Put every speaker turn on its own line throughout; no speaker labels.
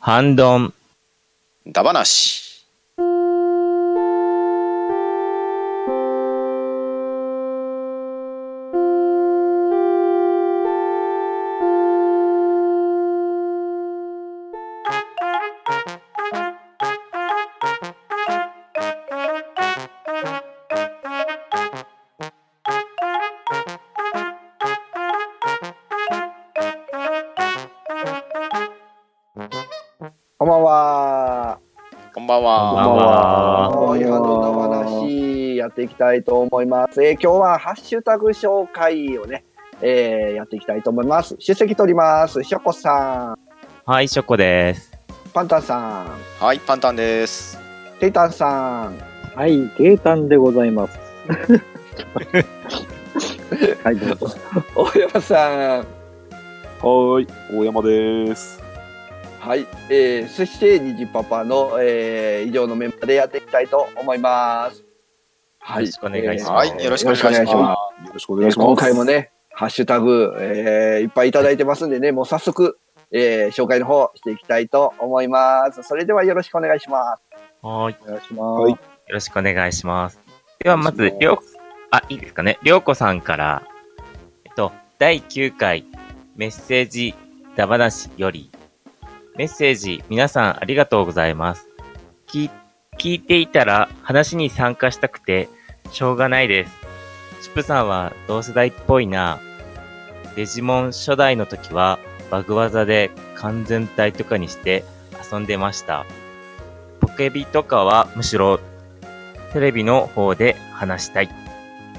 ハンドン。
ダバナシ。
こんばんは。
こんば
こんば
ん
ん
は。
は
はい、ハドの話やっていきたいと思います。えー今日はハッシュタグ紹介をね、えーやっていきたいと思います。出席取ります。しょこさ
はい、ショコです。
ん、パンタンさん、
はい、パンタンです。
テイタンさん、
はい、ゲータンでございます。はい、どうぞ。
大山さん。
はーい、大山です。
はい、えーそしてにじパパの、えー以上のメンバーでやっていきたいと思います。は
よろしくお願いします
はい、よろしくお願いしま
よろしくお願いします。
今回も。ね、ハッシュタグ、えーいっぱいいただいてますんでね、もう早速、えー紹介の方していきたいと思います。それではよろしくお願いします。
はい。
お願いします。
よろしくお願いします。では、まず、りょう、あ、いいですかね。りょうこさんから、えっと、第9回メッセージだばなしより、メッセージ皆さんありがとうございます。聞い聞いていたら話に参加したくて、しょうがないです。シップさんは同世代っぽいな。デジモン初代の時はバグ技で完全体とかにして遊んでました。ポケビとかはむしろテレビの方で話したい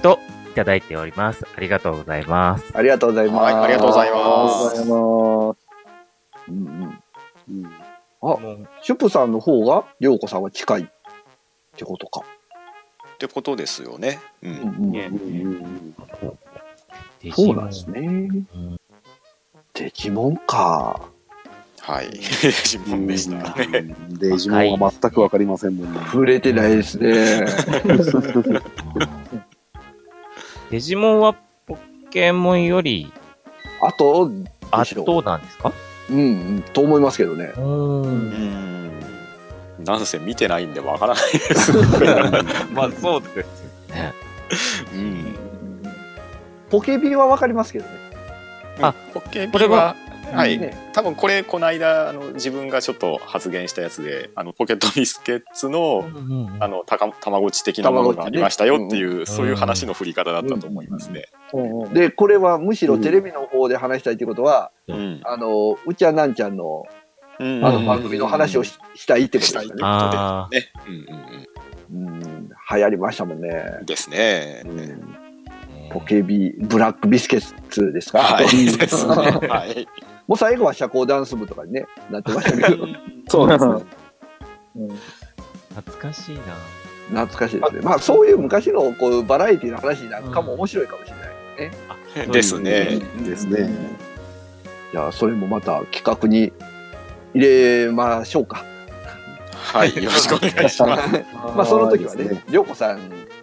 といただいております。ありがとうございます。
ありがとうございます。
はいありがとうござい
お
ま
はようご
す。うんうんうん、あ
もう
シュプさんの方が、りょうこさんは近いってことか。
す。ってことですよね。うん。
うん
ね
ざいます。
デジモ
そう
ン
なんですね
うん。
デジモンか。
はい。 自分でした。
うんデジモンは全くわかりませんもんね。
触れてないです ね。
デジモンはポケモンより
あと、
圧倒なんですか
うん、うん、と思いますけどね。
う。
うん
なんせ見てないんでわからないです。
まあそうですよね。
うん。
ポケビはわかりますけどね。
あ
ポケビ
これは
は、はい。
ね
多分これ、この間、あの、自分がちょっと発言したやつで、あの、ポケットビスケッツの、あの、たか、たまごっち的なものがありましたよっていう、そういう話の振り方だったと思いますね。
で、これはむしろテレビの方で話したいってことは、
うん
うん。
あの、うちゃなんちゃんの
うん
あの番組の話をし,、たいってことですよね。
あ
ね。うんうん
うん、流行りましたもんね。
うん。ですね。
うん
ー
ポケビ、ブラックビスケッツですか、
は
あと
い。ですね。はい。
もう最後は社交ダンス部とかに、ね、なってましたけ ど、
そうですね。
懐かしいな。
懐かしいですね。まあそういう昔のこうバラエティの話なんかも面白いかもしれない。
ですね。
ですね。
じゃあそれもまた企画に入れましょうか。
はい、よろしくお願いします。
まあその時は
あーで
ね
すね、
りょうこさん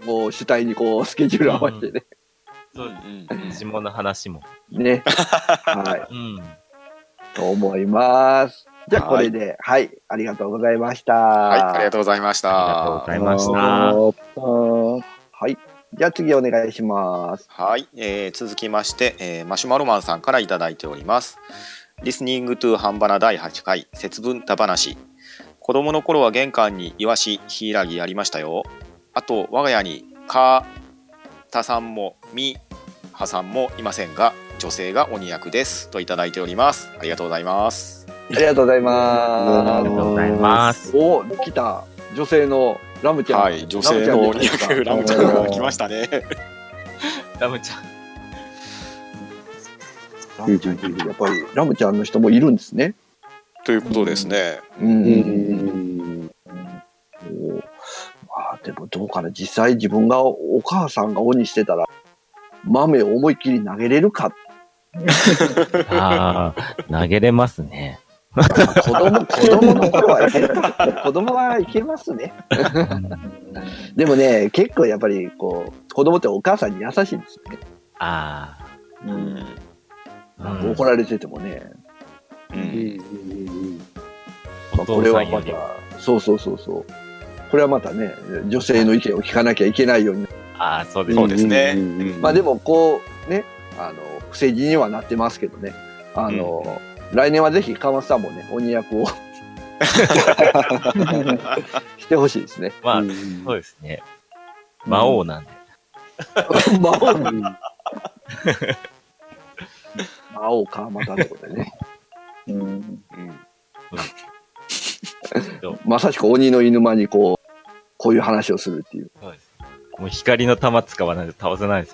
を主体にこうスケジュール合わせてね。
デジモンの話も。
ね。は
う
い。
ん。
と思います。じゃあこれで、はい、ありがとうございました。
はい、
は
ありがとうございまし
あ
た
り。がとうございました。
はい。じゃあ次お願いします。
はい、えー続きまして、えーマシュマロマンさんからいただいております。リスニングトゥハンバナ第8回節分田話。子供の頃は玄関にイワシ、ヒイラギありましたよ。あと我が家にカタさんもミハさんもいませんが、女性が鬼役ですといただいております。ありがとうございます。
ありがとうござい
あ
ま
りがとうございます。
す。お、来た。女性のラムちゃん。
はい、女性の鬼役ラムちゃん
ラムちゃん
が
で
来ましたね。
ラムちゃん。
すかやっぱりラムちゃんの人もいるんですね。
ということですね。
う。
うんん
おまあでもどうかな。実際自分がお母さんが鬼してたら、豆を思いっきり投げれるか。
ああ、投げれますね。
子供、子供の頃はいけるか。子供はいけますね。でもね、結構やっぱりこう、子供ってお母さんに優しいんですよね。
あ
うん
あ。うん
怒られててもね。
うん
まあ、これはまた、そうそうそうそう。これはまたね、女性の意見を聞かなきゃいけないように。
ああ、そうです
そ
ね
うですね
うんうんうん
まあでも、こう、ね、あの、不正義にはなってますけどね。あの、来年はぜひ川松さんもね、鬼役をしてほしいですね。
まあ
う、ん
そうですね。魔王なんで。
魔王、
うん
魔王川松ってことでね。
うん。
うん
まさしく鬼の犬間にこう、こういう話をするって いう。
そうです。もう光の玉使わないと倒せないです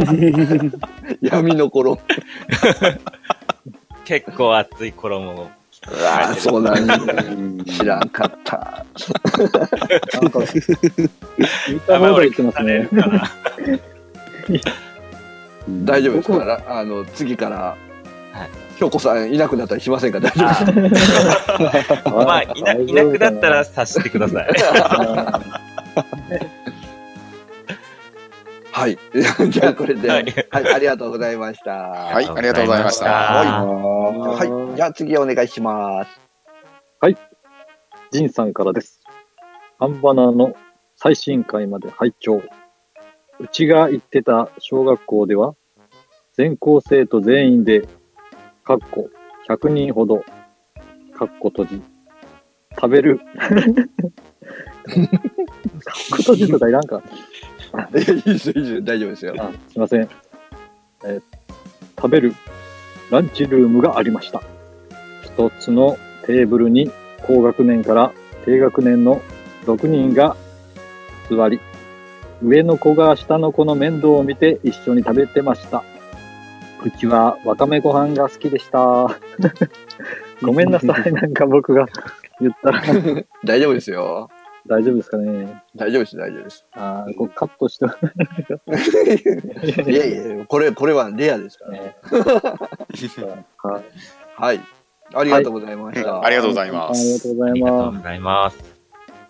よ。
闇の頃。
結構熱い衣を。
ああ、そうなんだ、
うん
知らんかった。
なんか、言った放題言ってますね。
うん
大丈夫ですから、あの、次から
はい、
ひょこさんいなくなったりしませんか大丈夫です
まあ、いな、いなくなったら察してくだ さい。
あ
はい。 じゃあ、これで、
は
はいい、ありがとうございました。
は、
はい
ありがとうございました。
ありが
は
とうございました
い
ー。
はい。じゃあ、次お願いします。
ジンさんからです。ハンバナの最新回まで拝聴。うちが行ってた小学校では、全校生徒全員で、かっこ100人ほど、かっこ閉じ、食べる。 かっこ閉じとかいらんか。
いやいいですよ、いいですよ。大丈夫ですよ。
あすいません、えー食べるランチルームがありました。一つのテーブルに高学年から低学年の6人が座り、上の子が下の子の面倒を見て一緒に食べてました。うちはわかめご飯が好きでした。ごめんなさい、なんか僕が言ったら
大丈夫ですよ。
大丈夫ですかね。
大丈夫です、大丈夫です。
あーこうカットしても
いやいや、これ、これはレアですからね。
ね。
はい。ありがとうございまし
う
た。
んありがとうございま
ありがと
す。
うご
あ
ざい
りがと
ま
うご。
す
ざいます。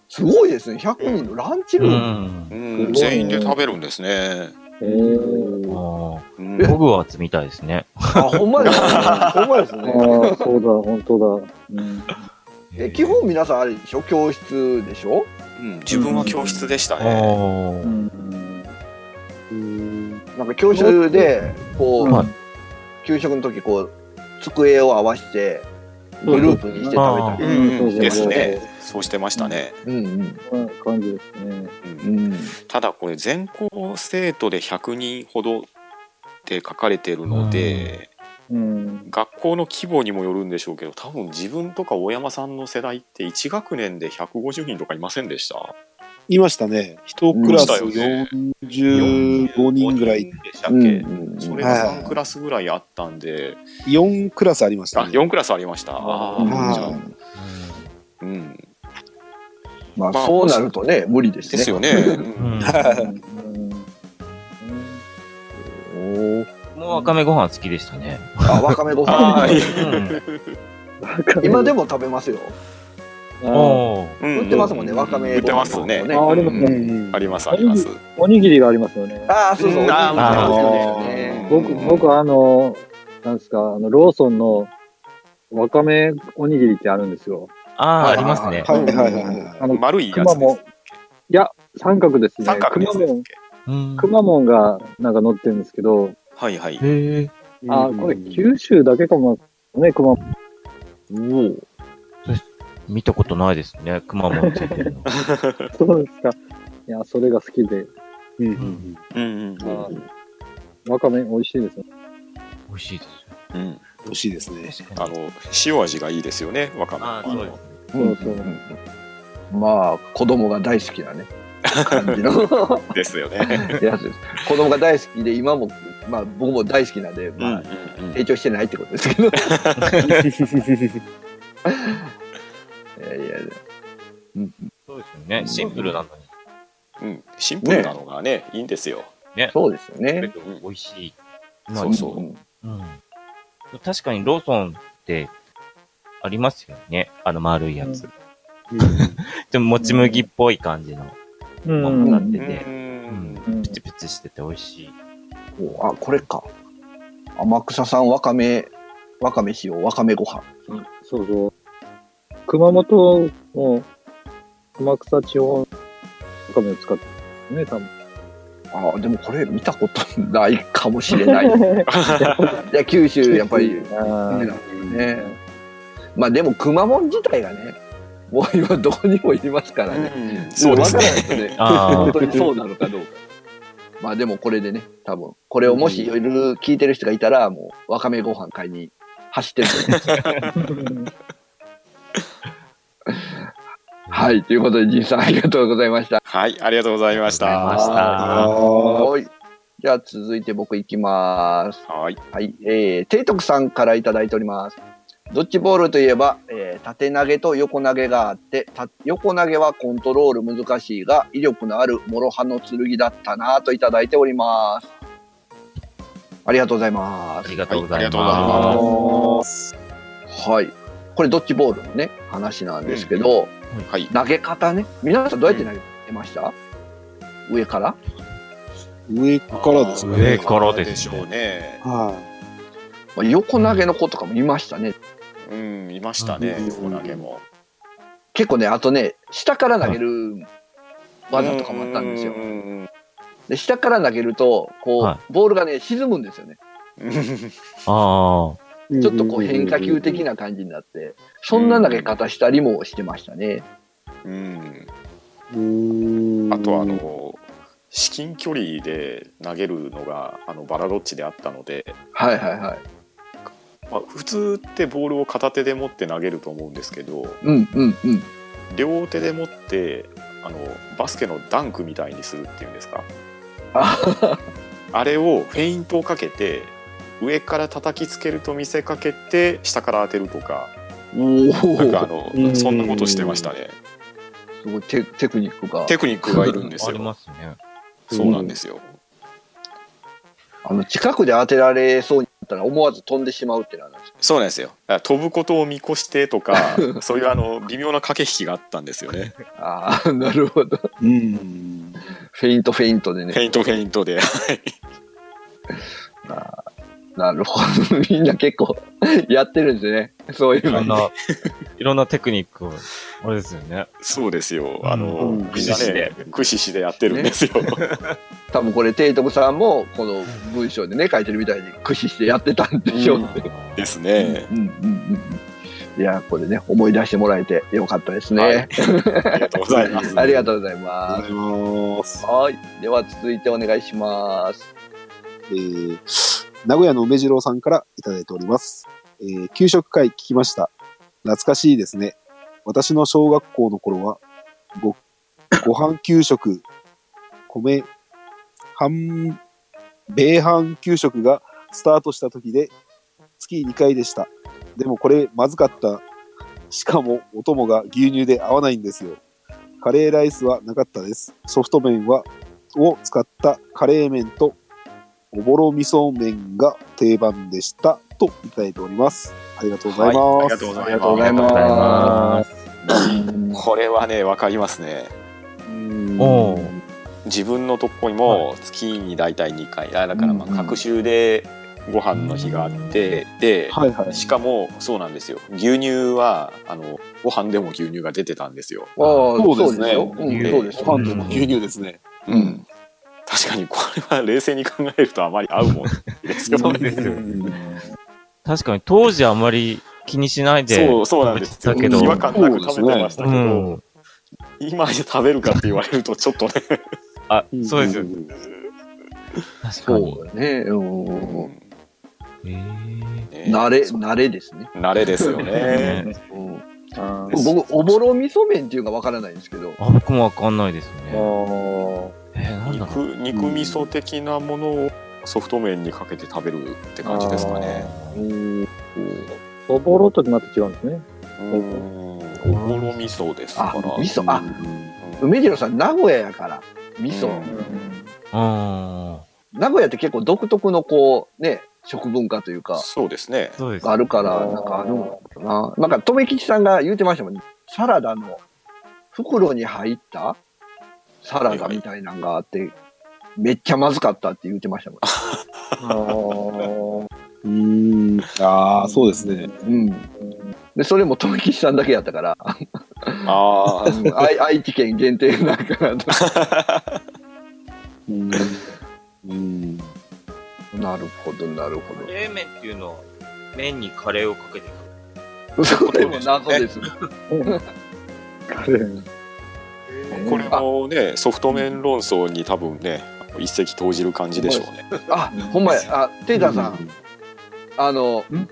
すごいですね。100人のランチル
う
ーム。
ん
う。ん、
すごいね
全員で食べるんですね。
えー
も
うん
う、ホグワーツみたいですね。
あ、ほんまですね。ほんまですね。
ああ、そうだ、本当だ。うん、
え基本皆さんあれでしょ教室でしょ
うん自分は教室でしたね。
お
う
ー
ん、
うん
なんか教室でこう、
はい
給食の時こう机を合わせてグループにして食べたり
う、
うん
うん
ですね。そうしてましたね。
うんうん
こんな感じですね。
うん
うん
ただこれ全校生徒で100人ほどって書かれてるので、
うん、
学校の規模にもよるんでしょうけど多分自分とか大山さんの世代って1学年で150人とかいませんでした
いましたね。一クラス45人ぐらい、
でしたっ
う
け、
んうん
それ
は
が
い
3クラスぐらいあったんで、
4クラスありました
あ
ね。
4クラスありましたあ
は
あ
い
じゃあ
うん
うん
まあ
まあ
そうなるとね無理です
で
ね
すよね、
う
うん
ん。
うん、
おー
もうわかめご飯好きでしたね。
あわかめご
あ
飯
ーいい
うん。
今でも食べますよ
あ
おー。
うん
売ってますもんねわかめ
売ってますね
ご飯とか
あ、あれも、
う
ね、
うん
ありますあります
おにぎりがありますよね。
ああそうそう
うんあ
ー
おにぎり
あー
僕、僕、あの、なんですか、あのローソンの。わかめおにぎりってあるんですよ。
ああ、ありますね。
はいはいはいはい。
あの、
丸いや
熊
つで
も
す。
いや、三角ですね。
三角のやつ
く
で
ま
す
モ
っ
ン、
け
うん
くまモンが、なんか乗ってるんですけど。
はいはい
へえ。
ああ、これ九州だけかもね、熊本。
おー
見たことないですね。くまモンついて るの。
そうですか。いや、それが好きで、
うんうん
うんうんうん
わかめ美味しいですね。
美味しいですよ。
うん
美味しいですね。
あの塩味がいいですよねわかめ
あーそうです
そうそう
まあ子供が大好きなね感じの
ですよね
やつです。子供が大好きで、今も、まあ僕も大好きなんで、
うん
まあ
うんうん
成長してないってことです けど。いやいや、
そうですよね。シンプルなのに。
うんシンプルなのがねいいんですよ
そうですよ
だけ
ね。
ど美味しい。まあ
そうそう
うん。
うん。確かにローソンってありますよね。あの丸い やつ。でも、もち麦っぽい感じの
う
ものになっ
ん。
て
う
て、
ん
うん
プチプチしてて美味しい。
おあ、これか。天草さん、わかめ、わかめ塩、わかめご飯。
そうそう。熊本も、天草地方とかも使ってますね、多分。
ああ、でもこれ見たことないかもし れない。いや、九州、やっぱり、
あー
ね。まあでも、くまモン自体がね、もう今どこにもいますからね。
うんそうですね。
ね。からないとね、
あ
本
ー
当にそうなのかどうか。まあでもこれでね、多分、これをもしいろいろ聞いてる人がいたら、もう、わかめご飯買いに走ってると思い ます。はい、ということで、じいさんありがとうございました。
はい、ありがとうございまし
ありがとうございま
た。
した。
はい。じゃあ続いて僕いきます。
はい。
はい。えー、提徳さんからいただいております。ドッジボールといえば、えー縦投げと横投げがあって、た横投げはコントロール難しいが、威力のある諸刃の剣だったなぁといただいております。ありがとうございま
ありがとうござ
はいあり
い
がとうございます
ます。
す。はい。これドッジボールのね、話なんですけど、
はい。
投げ方ね。皆さんどうやって投げてました、上から
上からですね。
上からですね
でしょうね。
は
まあ横投げの子とかもいましたね。
うん、いましたね
う、ん
横投げも。
結構ね、あとね、下から投げる技とかもあったんですよ
う。ん。
で、下から投げると、こう、
は
ボールがね、沈むんですよね。
あ
い。
ちょっとこう変化球的な感じになって、そんな投げ方したりもしてましたね。
うん。
うん。
あとはあの、至近距離で投げるのが、あの、バラドッジであったので、
はいはいはい。
まあ、普通ってボールを片手で持って投げると思うんですけど、
うんうんうん。
両手で持って、あの、バスケのダンクみたいにするっていうんですか。
あ
あれをフェイントをかけて、上から叩きつけると見せかけて、下から当てるとか、
おお
なんかあの
う、ん
そんなことしてましたね。
すごいテテクニックが。
テクニックがいるんで
あ、
す
あり
よ。
ますね。
そうなんですよ。
あの、近くで当てられそうになったら思わず飛んでしまうっていう話。
そうなんですよ。だから飛ぶことを見越してと か、そういうあの微妙な駆け引きがあったんですよね。
あ あ、なるほど。
うん。
フェイントフェイントで
フ
ね。
ェイントフェイントで。
なるほど。みんな結構やってるんですね。そうい
いろ
うんの。
な、いろんなテクニックを、あれですよね。
そうですよ。あの、
うん
みんなね、駆使してやってるんですよ。
多分これ、提督さんも、この文章でね、書いてるみたいに駆使してやってたんでしょうね。
ですね。
うんうんうんうん。いや、これね、思い出してもらえてよかったですね。
はいありがとうございます。
ありがとうござい
あ
ま
りがとうございます
す。。はい。では続いてお願いします。
えー名古屋の梅次郎さんからいただいております。えー給食会聞きました。懐かしいですね。私の小学校の頃は、ご、ご飯給食、米、半、米飯給食がスタートした時で、月2回でした。でもこれ、まずかった。しかも、お供が牛乳で合わないんですよ。カレーライスはなかったです。ソフト麺は、を使ったカレー麺とおぼろ味噌麺が定番でしたといただいております。ありがとうございます。
はいありがとうございます
ありがとうござ
あ
い
りがとうござい
ま
ます。
す。
これはね、わかりますね。
うん
おお。
自分のとこにも月に大体2回。あだからま
うんうん
あ、各週でご飯の日があって、で、
は いはい。
しかも、そうなんですよ。牛乳は、あの、ご飯でも牛乳が出てたんですよ。
ああ、そ
そうう
で
ですすね
よ。うん、そうです。
ご飯でも牛乳ですね。
うん。確かに、これは冷静に考えるとあまり合うもんです よね。
確かに当時あんまり気にしないで。
そう、そうなんですよ。
だけど
違和感なく食べてましたけ
う
ど、
ん。
今で食べるかって言われるとちょっとね、
あ、そうですよ。確かに。
そうだね。うん
えー
ね
慣れ、慣れですね。
慣れです よね。
うん
あー
僕、おぼろ味噌麺っていうのがわからないんですけど。
あ、僕もわかんないですね。
あー
えー、なんだろう。
肉肉味噌的なものをソフト麺にかけて食べるって感じですかね。
うん
そぼろとまた違うんですね。
うんおぼろ味噌ですか
あ
ら。、
味噌、あ、
うん
梅次郎さん、名古屋やから。味噌。
うん
あ
名古屋って結構独特のこう、ね、食文化というか。
そうですね
あ、。そうです。
があるから、なんかあるのかな。なんか、とめきちさんが言うてましたもんね。サラダの袋に入ったサラダみたいなんがあって、めっちゃまずかったって言うてましたもん。
あー
うーん。ああ、そうですね。
うん。で、それも富吉さんだけやったから、
ああ、
うん愛愛知県限定なんかなと。
うーん。うーん。
なるほど、なるほ
冷麺っていうのは、麺にカレーをかけて食
ど。それも謎です。
カレー
これもね、ソフト麺論争に多分ね、一石投じる感じでしょうね。
あ、ほんまや。あ、テイタさん、
ん。
あの
ん、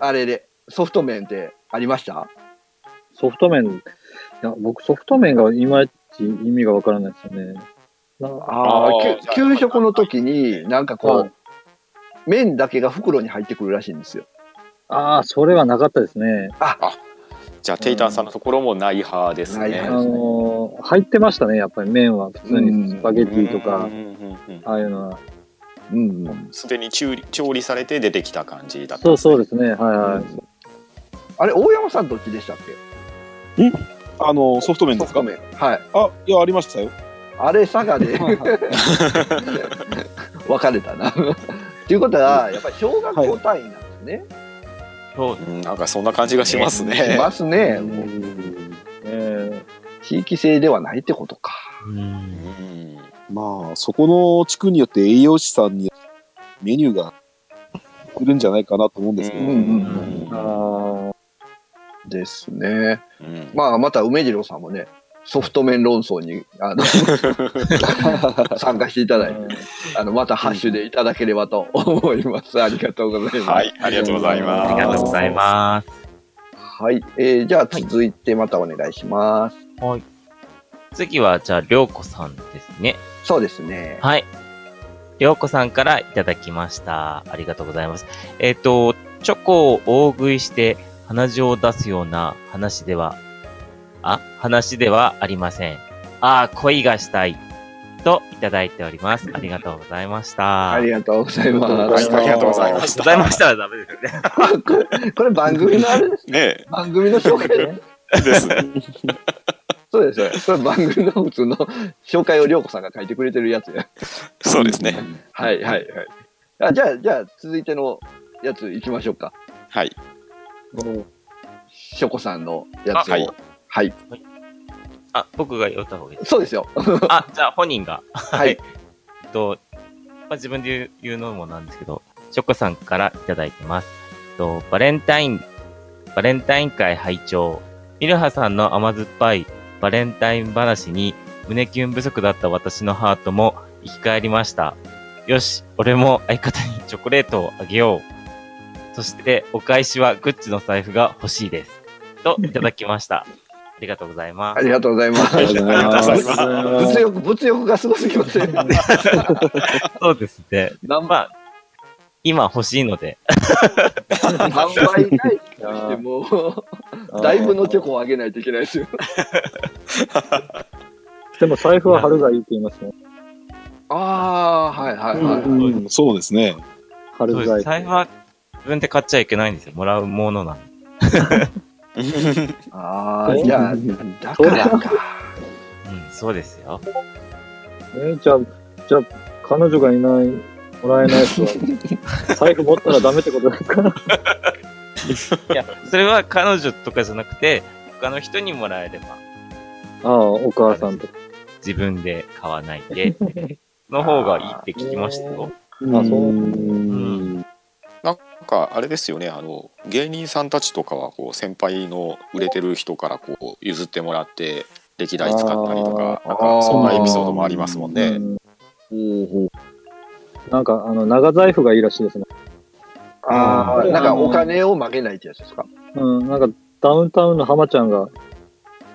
あれで、ソフト麺ってありました
ソフト麺、いや、僕ソフト麺がいまいち意味がわからないですよね。な
あ
ー
ーきゅ
じゃあ
給食の時に、なんかこう、麺だけが袋に入ってくるらしいんですよ。
ああ、それはなかったですね。
じゃあ、テイタンさんのところもない派です
ない
ね
あ
派。
のー入ってましたね、やっぱり麺は。普通にスパゲ
う
ティとか
ん、うんうんうん
ああいうのは。
うんうん。
すでに調理調理されて出てきた感じだった。
そうそうですね、はいはい。
あれ、大山さんどっちでしたっけ
あの、ソフト麺ですか
麺。はい。
あ、いや、ありましたよ。
あれ、佐賀で 分かれたな。ということは、やっぱり小学校単位なんですね。
べ
うんなんかそんな感じがしますね
い、。ますね。もう
え
地域性ではないってことか。
そう。うん
うん
まあ、そこの地区によって栄養士さんにメニューが来るんじゃないかなと思うんですけど、
うん
ー、あ
ですね。
うん
まあ、また梅次郎さんもね、ソフト麺論争にあの参加していただいて、
あ、
あのまたハッシュでいただければと思います。ありがとうございます。
はい、ありがとうございます。
ありがとうございます。
はい。えーじゃあ続いてまたお願いします。
次は、じゃあ、りょうこさんですね。
そうですね。
はい。りょうこさんからいただきました。ありがとうございます。えっ、と、チョコを大食いして鼻血を出すような話では、あ、話ではありません。ああ、恋がしたい。と、いただいております。ありがとうございました。
あり
が
がとうございま
は
す。
いありがとうございました。
ございましたらダメですよね。
これ番組のあ れです。
ね
番組の紹介ね。
えですね。
そうですよ。これ番組の普通の紹介をりょうこさんが書いてくれてるやつや。
そうですね。
はいはいはい。あじゃあ、じゃあ続いてのやつ行きましょうか。
はい。
しょこさんのやつを。
あは
はいい。
あ、僕が言った方がいいです。
そうですよ。
あ、じゃあ本人が。
はい
い。えっと、まあ、自分で言う言うのもなんですけど、ショコさんからいただいてます。えっと、バレンタイン、バレンタイン会拝聴ミルハさんの甘酸っぱいバレンタイン話に胸キュン不足だった私のハートも生き返りました。よし、俺も相方にチョコレートをあげよう。そして、お返しはグッチの財布が欲しいです。と、いただきました。ありがとうございます
あ。りがとうございます。
りがとうございます
ありがとうございま
物欲、物欲がすごすぎま せん。
そうですね。
何
まあ、今欲しいので、
何倍ないしても、だいぶのチョコをあげないといけないですよ。
でも財布は春がいいって言いますね。
ああー、はいはいはい。
うんうんそうです ね。
春
そう
財
で
布。
す。財布は自分で買っちゃいけないんですよ。もらうものなんで。
ああ、じゃあ、だ
そ
か
う
ら
う
か。
ん、そうですよ。
えじゃあ、じゃあ、彼女がいない、もらえない人は、財布持ったらダメってことですか
いや、それは彼女とかじゃなくて、他の人にもらえれば、
ああ、お母さんとか。
自分で買わないで、の方がいいって聞きましたよ。
あそう
うん
なんかあれですよね。あの芸人さんたちとかはこう先輩の売れてる人からこう譲ってもらって歴代使ったりとか、
あー
なんかそんなエピソードもありますもんね。
なんか、あの、長財布がいいらしいですね。
ああ、なんかお金を負けないってやつですか。
うん、なんか、ダウンタウンの浜ちゃんが、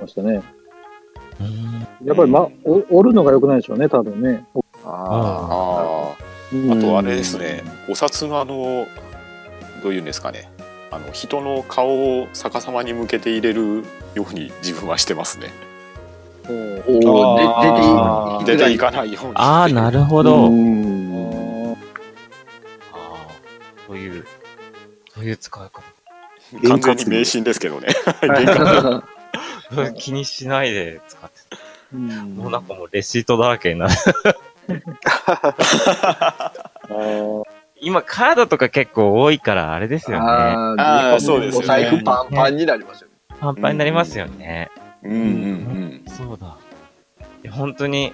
ましたね。
うん
やっぱり、ま、お折るのが良くないでしょうね、多分ね。
あ
ああ。あとあれですね。お札のあのどういうんですかね。あの人の顔を逆さまに向けて入れるように自分はしてますね。
あ。おお、で出ていい
あー
出ていかないように。
ああ、なるほど。
うん
あーそういう、そういう使い方。
完全に迷信ですけどね。
そういう気にしないで使ってた。
うん
もう なんかもうレシートだらけになる。
あー
今カードとか結構多いから、あれですよね。
あ
あーそうですよね
お財布パンパンになりますよね。
パンパンになりますよね。
うんうん
そうだ。いや本当に、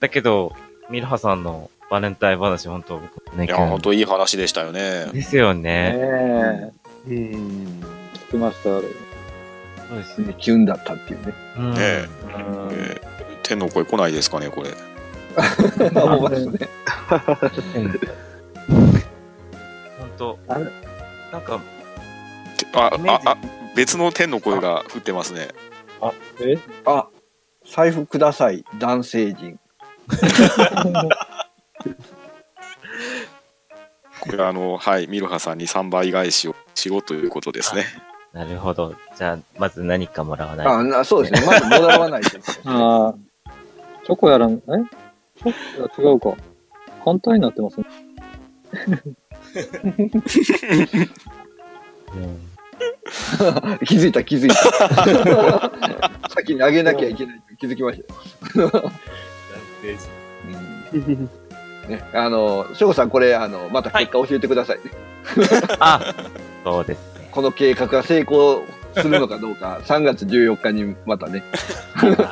だけど、ミルハさんのバレンタイン話、本当僕
うん。
ね、
いや、本当いい話でしたよね。
ですよ
ね
ね。
え。
うん。
聞きました、あ
そ
れ。
うですね。
キュンだったっていうね。
うん
ねえ
うん
えー天の声来ないですかね、これ。
思いますね。
本当
あれ
なんか、
あ
イメー
あ
ジ
あ別の天の声が降ってますね。
え
あ、財布ください、男性陣。
これあのはいミルハさんに3倍返しをしろということですね。
なるほど。じゃあ、まず何かもらわないと。
あなそうですね。まず戻らない ですね。
ああ。チョコやらん、えチョコが違うか。反対になってますね。
うん
気づいた気づい た。先にあげなきゃいけないって気づきましたよ。ね、あの、翔さんこれ、あの、また結果教えてくださいね。
あ、そうですね。
この計画が成功するのかどう か、3月14日にまたね。
そうで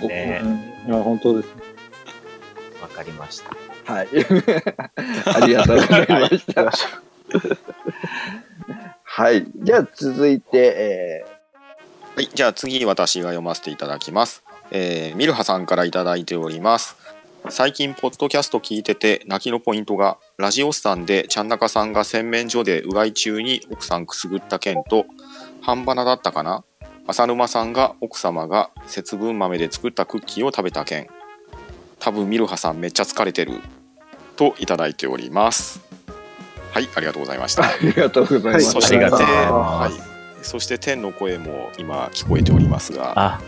す
う
ね。
ん、いや、本当です。
わかりました。
はい。ありがとうございました。はい。じゃあ続いて、
はいじゃあ次私が読ませていただきます。えーミルハさんからいただいております。最近ポッドキャスト聞いてて泣きのポイントがラジオスさんでちゃんなかさんが洗面所でうがい中に奥さんくすぐった件と半ばなだったかな浅沼さんが奥様が節分豆で作ったクッキーを食べた件多分ミルハさんめっちゃ疲れてるといただいておりますはいありがとうございました
えーありがとうございま
そし
す。
て
ありがとうござい
は
ま
い
す。
そして天の声も今聞こえておりますが、
あ、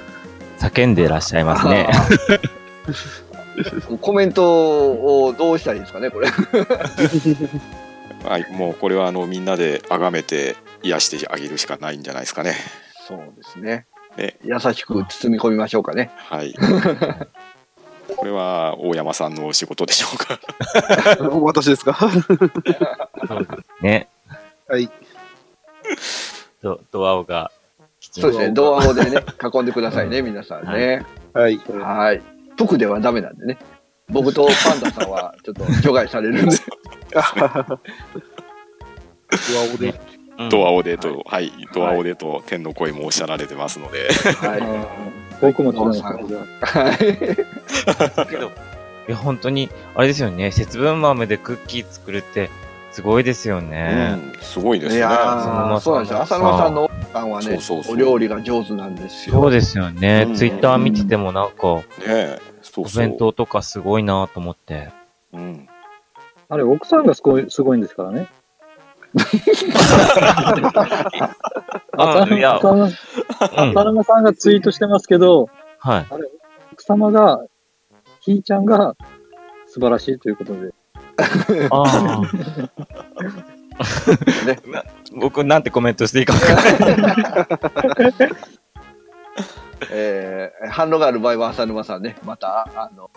叫んでらっしゃいますね。
コメントをどうしたらいいですかね、これ。
はい、もうこれはあのみんなで崇めて癒してあげるしかないんじゃないですかね。
そうですね
ね。
優しく包み込みましょうかね。
はい。これは大山さんのお仕事でしょうか。
私ですか
ね。
はい。
ドドアオが、きちん
そう
と
ですね。ドアをでね、囲んでくださいね、皆さんね。
はい。
はい。服ではダメなんでね。僕とパンダさんはちょっと除外され るんで。
上おで。
うん
ドアオデと、はい、ドアオデと天の声もおっしゃられてますので、
は
うん僕も知らないで
い。
す。
はい。
だけど、いや、本当に、あれですよね。節分豆でクッキー作るって、すごいですよね。
うん、すごいです
い
ね。
やーそうなんですよ。浅野さんの奥さんはね
そうそうそう
お料理が上手なんですよ。
そうですよね。
うん
ツイッター見ててもなんか、お
ねえ、そうそう。
弁当とかすごいなと思って。
うん。
あれ、奥さんがすごい、すごいんですからね。
あいや、
浅沼
うん。
浅沼さんがツイートしてますけど、
はい。
奥様が、ひーちゃんが素晴らしいということで。
ああ。
ね
な 僕、なんてコメントしていいか分かんない。
えー反応がある場合は浅沼さんね、また、あの、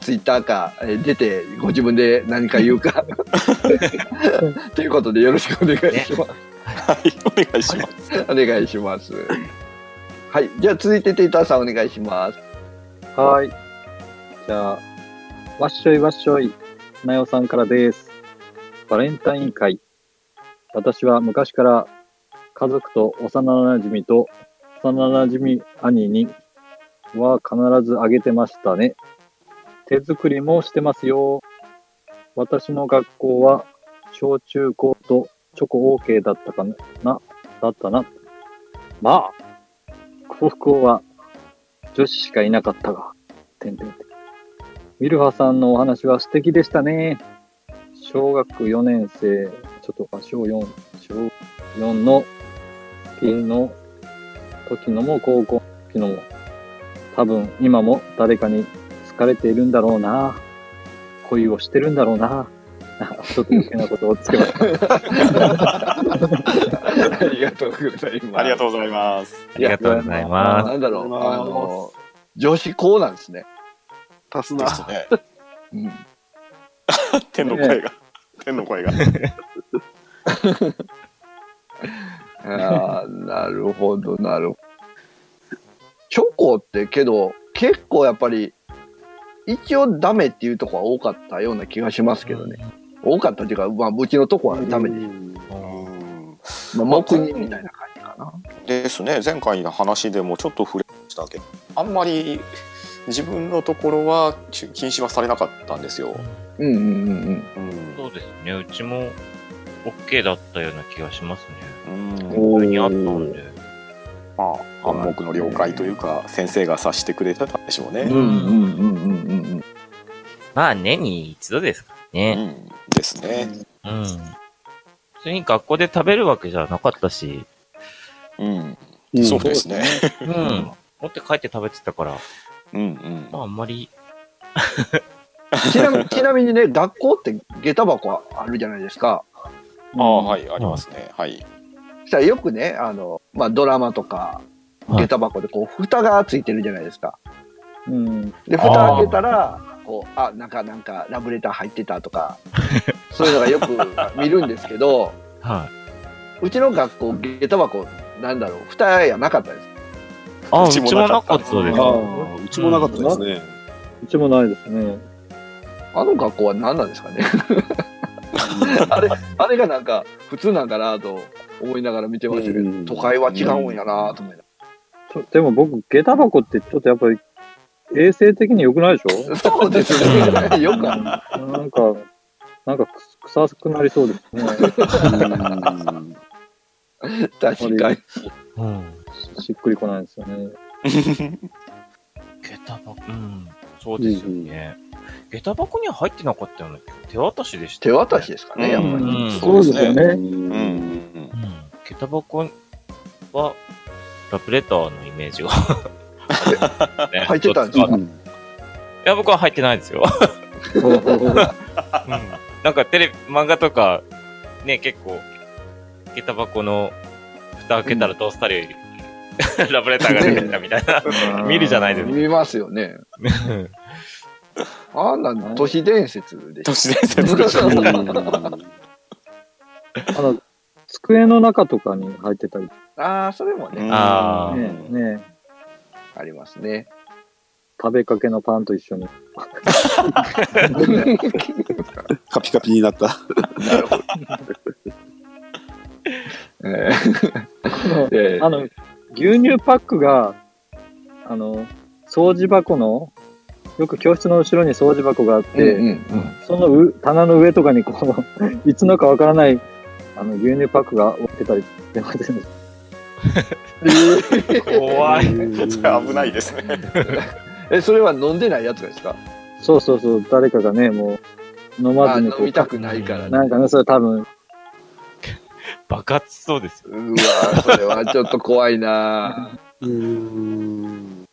ツイッターか、えー出て、ご自分で何か言う か。ということで、よろしくお願いします。
はい、お願いします。
お願いします。はい。じゃあ、続いて、テイターさんお願いします。
はーい。じゃあ、わっしょいわっしょい、なよさんからです。バレンタイン会。私は昔から家族と幼馴染と幼馴染兄には必ずあげてましたね。手作りもしてますよ。私の学校は小中高とチョコ OK だったかな、なだったな。まあ、高校は女子しかいなかったが、てんてんてん。ミルハさんのお話は素敵でしたね。小学4年生、ちょっと、あ、小4、小4の、金の時のも、高校の時のも、多分今も誰かに疲れているんだろうな。恋をしてるんだろうな。あちょっと余計なことをつけま した。
ありがとうございます。
ありがとうございます。
ありがとうございま
なんだろ
あり
う、
がとうござ
あ
います
の、女子校なんですね。
足す
で
な。
すね。
うん。
天の声が。天の声が。
ああ、なるほど、なるほど。チョコってけど、結構やっぱり、一応ダメっていうとこは多かったような気がしますけどね。多かったっていうか、まあ、うちのとこはダメで
うん
す。まあ、黙認みたいな感じかな。
ですね前回の話でもちょっと触れましたけどあんまり自分のところは禁止はされなかったんですよ。
うんうんうんうん。
うん
そうですね。うちも、OK だったような気がしますね。
うん
普通にあったんで。
まあ暗黙の了解というか先生が察してくれてたんでしょうね。
うんうんうんうんうんうん。
まあ、年に一度ですから
う
ね。
んですね。
うん。普通に学校で食べるわけじゃなかったし、
うん
うん
そうですね。
うん。持って帰って食べてたから、
うんうん
まあ、あんまり、
ちなみに、ちなみにね、学校って下駄箱あるじゃないですか。
ああはいありますね。はい。
そしたらよくね、あの、まあ、ドラマとか、
はい
下駄箱でこう、蓋がついてるじゃないですか。
うん。
で、
あー
蓋開けたら、こう、あ、なんか、なんか、ラブレター入ってたとか、 そういうのがよく見るんですけど、
はい。
うちの学校、下駄箱、なんだろう、蓋やなかったです。
あ、
う
う
ち
ち
も
も
な
な
か
か
っ
ったたです。
ああ、うちもなかったですね。
うちもないですね。
あの学校は何なんですか ね。あれ、あれがなんか、普通なんかなと思いながら見てましたけ
う
ど、
ん
都会は違うんやなと思いながら。
とでも僕、下駄箱ってちょっとやっぱり衛生的に良くないでしょ
そうですね。 よくある。
なんか、なんかくす臭くなりそうですね。
うん
確かに。
うん。
しっくりこないですよね。
下駄箱、うん。そうですよね。下駄箱には入ってなかったような気が手渡しでした
手
よね、
渡しですかね、やっぱり。
うん
そうです ね。
う
うんん
うん。下駄箱は、ラブレターのイメージが。
入ってたんです
か
か
いや、僕は入ってないですよ。うん。なんかテレビ、漫画とか、ね、結構、下駄箱の、蓋開けたらどうしたらより、 ラブレターが出てきたみたいな。 見るじゃないですか
見ますよね。あんなの都市伝説でし
都
ょ
市伝説でしょ。
あの、机の中とかに入ってたりね
ああ、それもね、
あー
ね、
ありますね。
食べかけのパンと一緒に。
カピカピになった。
えーえー
あの、牛乳パックが、あの、掃除箱の、よく教室の後ろに掃除箱があっ
うん
て、
うん
そのう棚の上とかにこう、 いつのかわからない、あの、牛乳パックが置いてたりしてませんでし
怖い。
それは危ないですね。
え、それは飲んでないやつですか
たそうそうそう、誰かがね、もう、飲ま
あ
ずに
ー
こ
飲
う
み、たくないからね。
なんかね、それ多分、
爆発しそうですよ。
うわーそれはちょっと怖いな
うん。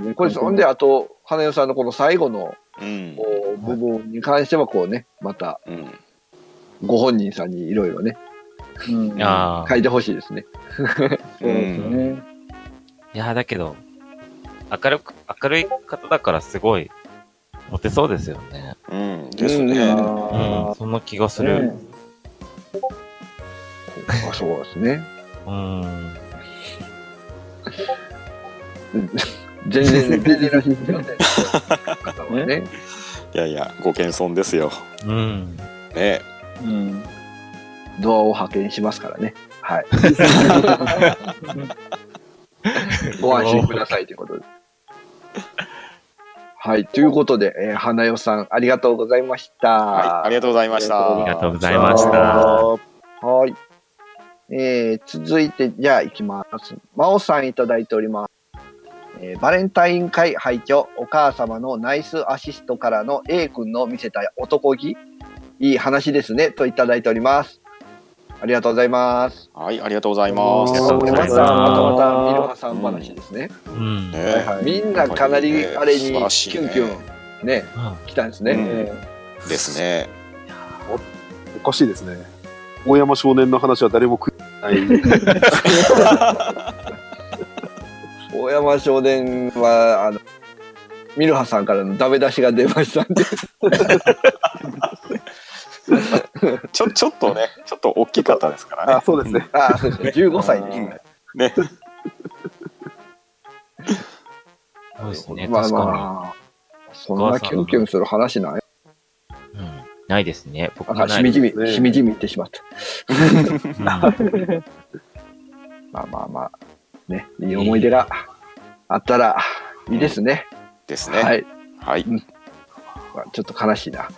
ーこれ、そんで、あと、花代さんのこの最後の
うん
こう部分に関しては、こうね、また、
うん
ご本人さんにいろいろね、
うん、
ああ
書。いてほしいですね。
そうですよね。
いや、だけど、明るく、明るい方だからすごい、モテそうですよね。
うんです
う
ね。
う
あ
ん。そんな気がす
あ、ね
る。
あそうですね。
うん。
全然、全然らしいですよね。方は ね。
いやいやご謙遜ですよ。
うん。
ね。
うん。
ドアを派遣しますからね。はい。ご安心くださいということで。はい。ということで、えー花代さん、ありがとうございました。
はいありがとうございました。
ありがとうございました。
はい。えー、続いて、じゃあ行きます。まおさんいただいております。えーバレンタイン会拝聴お母様のナイスアシストからの A 君の見せた男気、いい話ですね、といただいております。ありがとうございます。
はい、ありがとうございます。
ありがとうござい
また
ま
ま
す
た、ミロハさん話ですね。
うん。
ね
はいはいみんなかなりあれにキ
素晴らしいね
ュンキュン、ね、来たんですね。
うん
ええ
ですね。
おかしいですね。大山少年の話は誰も食いない。
大山少年は、あの、ミルハさんからのダメ出しが出ましたんで。
ちょ、ちょっとね、ちょっと大きかったですから
あ、
ね。
そうですね。
ああ、そうですね。15歳ですね。
ね。
そうですね、
まあ
確かに。
まあ、そんなキュンキュンする話な
うん、
い。
ないですね、僕
あ、
はな
し
い
み
です
じみ、
ね
しみじみ言ってしまった。
うん
まあまあまあ、ね、いい思い出があったらいいですね。
ですね。
はい。
はい。
まあちょっと悲しいな。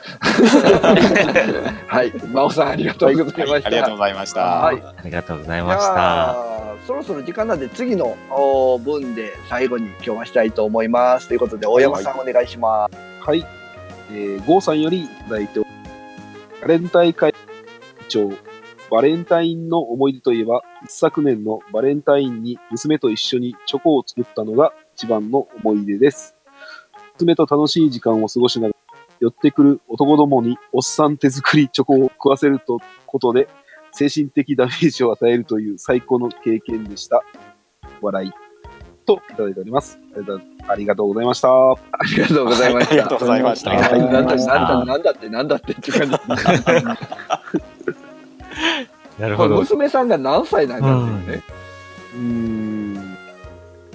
はい。真央さん、ありがとうございまし
あ
た。
りがとうございました。
はい
ありがとうござい
じ
ました。
ゃあそろそろ時間なんで次のお分で最後に今日はしたいと思いますということで大山さんお願いします、
はい。えー、ゴーさんよりいただいておりますバレンタイン会長、バレンタインの思い出といえば、一昨年のバレンタインに娘と一緒にチョコを作ったのが一番の思い出です。娘と楽しい時間を過ごしながら、寄ってくる男どもにおっさん手作りチョコを食わせるとことで、精神的ダメージを与えるという最高の経験でした。笑い。と、いただいております。ありがとうありがとうございました。
ありがとうございました
ありがとうございました
ありがとうございました
あり
なんだってなんだってなんだってって感じ
なる
こ
ほ
れ
ど。
娘さんが何歳なんだっていうね、
うーん。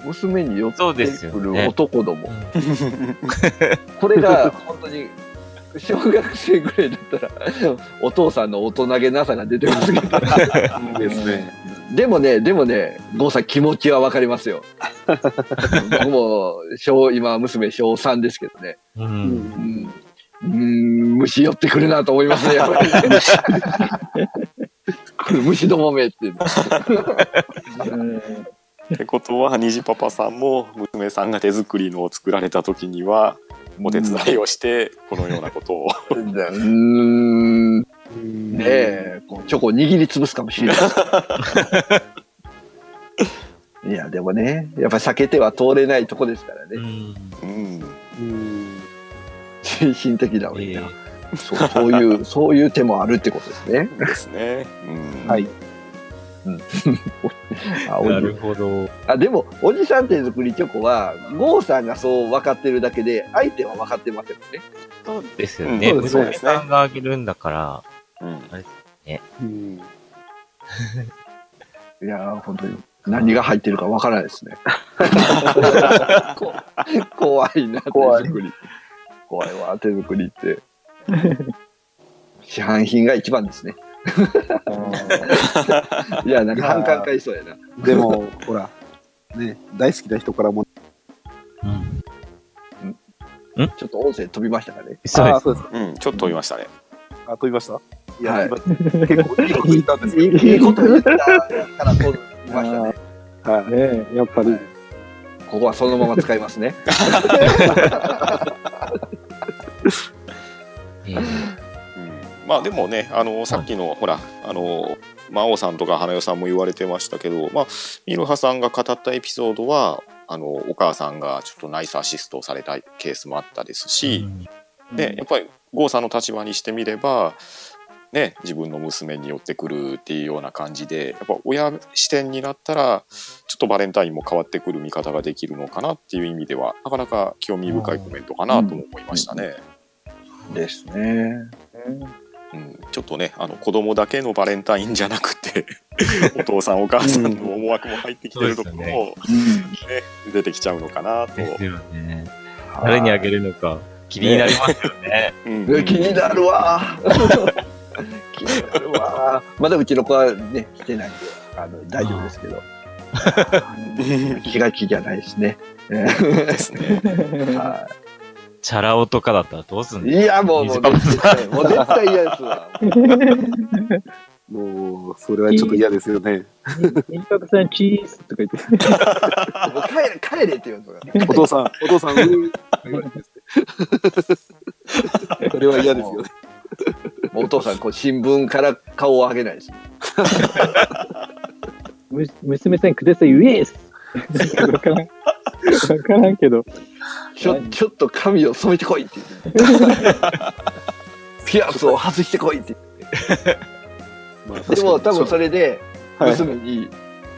娘に寄って
そうですよ
くる
ね
男ども、これが本当に小学生ぐらいだったらお父さんの大人げなさが出てますけど
ですね。
でもね、でもね、郷さん気持ちはわかりますよ。僕も小、今娘小3ですけどね。
う
う
う
ん。
んん、うーん虫寄ってくるなと思いますね、やっぱり。これ虫どもめっていう。
ってことは、虹パパさんも娘さんが手作りのを作られた時には、お手伝いをして、このようなことを。
うーん、ね
うん
え、こうチョコを握りつぶすかもしれない。いや、でもね、やっぱ避けては通れないとこですから
う
ね。
ん
うん。
うん
精神的だもん
え
ね
ー。
そうそういう、そういう手もあるってことですね。
ですね。うん。
はい。
あおじ
ほど。
あでも、おじさん手作りチョコは、郷さんがそう分かってるだけで、相手は分かってませんもんね。
そうですよね。
うんそう
娘
ですね
さんがあげるんだから、
うん。
うん。
いやー、本当に。何が入ってるか分からない ですね。こ怖いな、手
怖い
作り。怖いわ、手作りって。市販品が一番ですね。いや、なんか反感買いそうやな。
でも、ほら、ね、大好きな人からも、
うん
ちょっと音声飛びましたかね。
そう
あ
で
ー
す
そうです。
うん。ちょっと飛びましたね。
あ、飛びましたいや、
はい
今、結構いいこと言ったんです
い
けど。
いいいこと言ったから飛びましたね。
はい。
ねえ、やっぱり。
ここはそのまま使いますね。
えー
うんまあでもねあのさっきの、ほらあの魔王さんとか花代さんも言われてましたけど、まあ、ミルハさんが語ったエピソードはあのお母さんがちょっとナイスアシストをされたケースもあったですし、でやっぱり郷さんの立場にしてみれば、ね、自分の娘に寄ってくるっていうような感じでやっぱ親視点になったらちょっとバレンタインも変わってくる見方ができるのかなっていう意味ではなかなか興味深いコメントかなとも思いましたね。
ですね。
うん、ちょっとねあの子供だけのバレンタインじゃなく てお父さんお母さんの思惑も入ってきてるところも、ね出てきちゃうのかなと、
ですよね。誰にあげるのか気になりますよね。
うん
うん気になる わ。気になるわ。まだうちの子はね、来てないんで、あの、大丈夫ですけど。気が気じゃないですね。
ですね。
は
チャラ男とかだったらどうすん
い
の
いや、もう、もう、絶対、もう絶対嫌ですわ。
もう、それはちょっと嫌ですよね。
インパクトさんチーズとか言って。
もう帰れ、帰れって言うんですよ。
お父さん、お父さん、うー言われてですねそれは嫌ですよね。
もうお父さん、こう、新聞から顔を上げないです。
む娘さんください、ウエスわからん。わからんけど。
ちょ、ちょっと髪を染めてこい って言って。ピアスを外してこいって。
まあ
でも、多分それで、
はい
娘に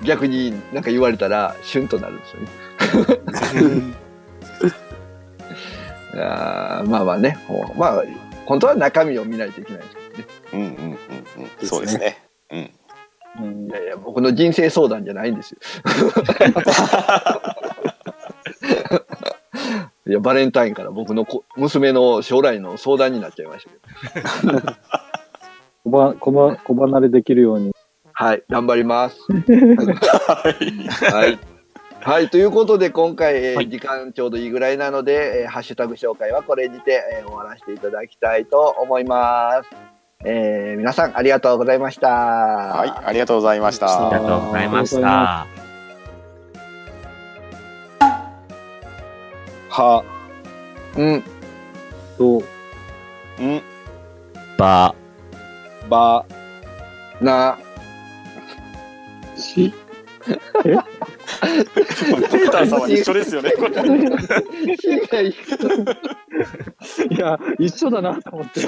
逆になんか言われたら、シュンとなるんですよね。あーまあまあね、ほうまあ、本当は中身を見ないといけないですけどね。
うんうんうんうん。そうですね。うん。
うん
いやいや、僕の人生相談じゃないんです よ。 いや、バレンタインから僕の子娘の将来の相談になっちゃいましたけど。
小ば小ば小離れできるように。
はい、頑張ります。
はい。
はい。はい、ということで今回、えー
はい
時間ちょうどいいぐらいなので、えーハッシュタグ紹介はこれにて、えー終わらせていただきたいと思います。えー皆さんありがとうございました。
はい。ありがとうございまし
あ
あ
た
り。がとうございまし
ありがとうござい
た。
は、
うん、
と、
うん。
ば、
ば、
な、
し、
ペーターさん は一緒ですよね。これ
いや、一緒だなと思って。